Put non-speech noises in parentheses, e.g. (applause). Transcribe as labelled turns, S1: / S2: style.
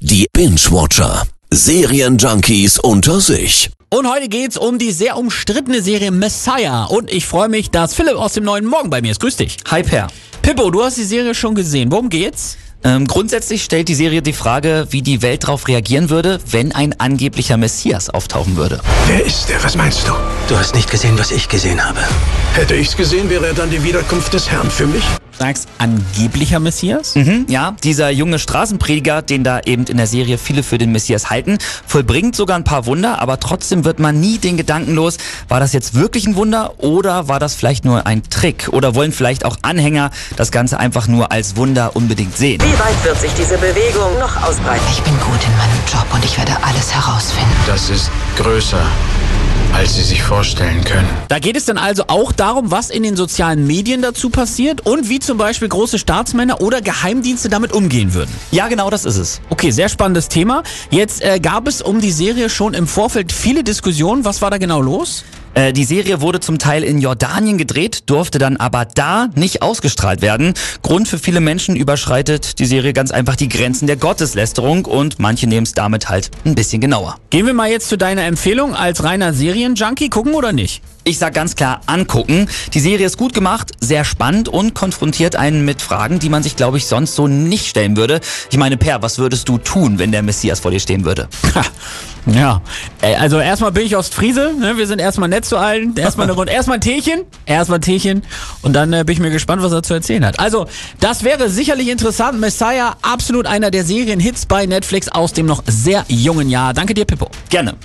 S1: Die Binge-Watcher. Serienjunkies unter sich.
S2: Und heute geht's um die sehr umstrittene Serie Messiah. Und ich freue mich, dass Philipp aus dem neuen Morgen bei mir ist. Grüß dich.
S3: Hi Per.
S2: Pippo, du hast die Serie schon gesehen. Worum geht's?
S3: Ähm, grundsätzlich stellt die Serie die Frage, wie die Welt darauf reagieren würde, wenn ein angeblicher Messias auftauchen würde.
S4: Wer ist er? Was meinst du?
S5: Du hast nicht gesehen, was ich gesehen habe.
S4: Hätte ich's gesehen, wäre er dann die Wiederkunft des Herrn für mich?
S2: Sagst angeblicher Messias?
S3: Mhm, ja, dieser junge Straßenprediger, den da eben in der Serie viele für den Messias halten, vollbringt sogar ein paar Wunder, aber trotzdem wird man nie den Gedanken los, war das jetzt wirklich ein Wunder oder war das vielleicht nur ein Trick? Oder wollen vielleicht auch Anhänger das Ganze einfach nur als Wunder unbedingt sehen?
S6: Wie weit wird sich diese Bewegung noch ausbreiten?
S7: Ich bin gut in meinem Job und ich werde alles herausfinden.
S8: Das ist größer, als Sie sich vorstellen können.
S2: Da geht es dann also auch darum, was in den sozialen Medien dazu passiert und wie zum Beispiel große Staatsmänner oder Geheimdienste damit umgehen würden.
S3: Ja, genau das ist es.
S2: Okay, sehr spannendes Thema. Jetzt äh, gab es um die Serie schon im Vorfeld viele Diskussionen. Was war da genau los?
S3: Äh, die Serie wurde zum Teil in Jordanien gedreht, durfte dann aber da nicht ausgestrahlt werden. Grund für viele Menschen überschreitet die Serie ganz einfach die Grenzen der Gotteslästerung und manche nehmen es damit halt ein bisschen genauer.
S2: Gehen wir mal jetzt zu deiner Empfehlung als reiner Serienjunkie, gucken oder nicht?
S3: Ich sag ganz klar angucken. Die Serie ist gut gemacht, sehr spannend und konfrontiert einen mit Fragen, die man sich, glaube ich, sonst so nicht stellen würde. Ich meine, Per, was würdest du tun, wenn der Messias vor dir stehen würde?
S2: Ha, (laughs) ja, Äh, also erstmal bin ich aus Friese, ne? wir sind erstmal nett zu allen, erstmal eine Runde, erstmal ein Teechen, erstmal ein Teechen und dann äh, bin ich mir gespannt, was er zu erzählen hat. Also, das wäre sicherlich interessant. Messiah, absolut einer der Serienhits bei Netflix aus dem noch sehr jungen Jahr. Danke dir, Pippo.
S3: Gerne.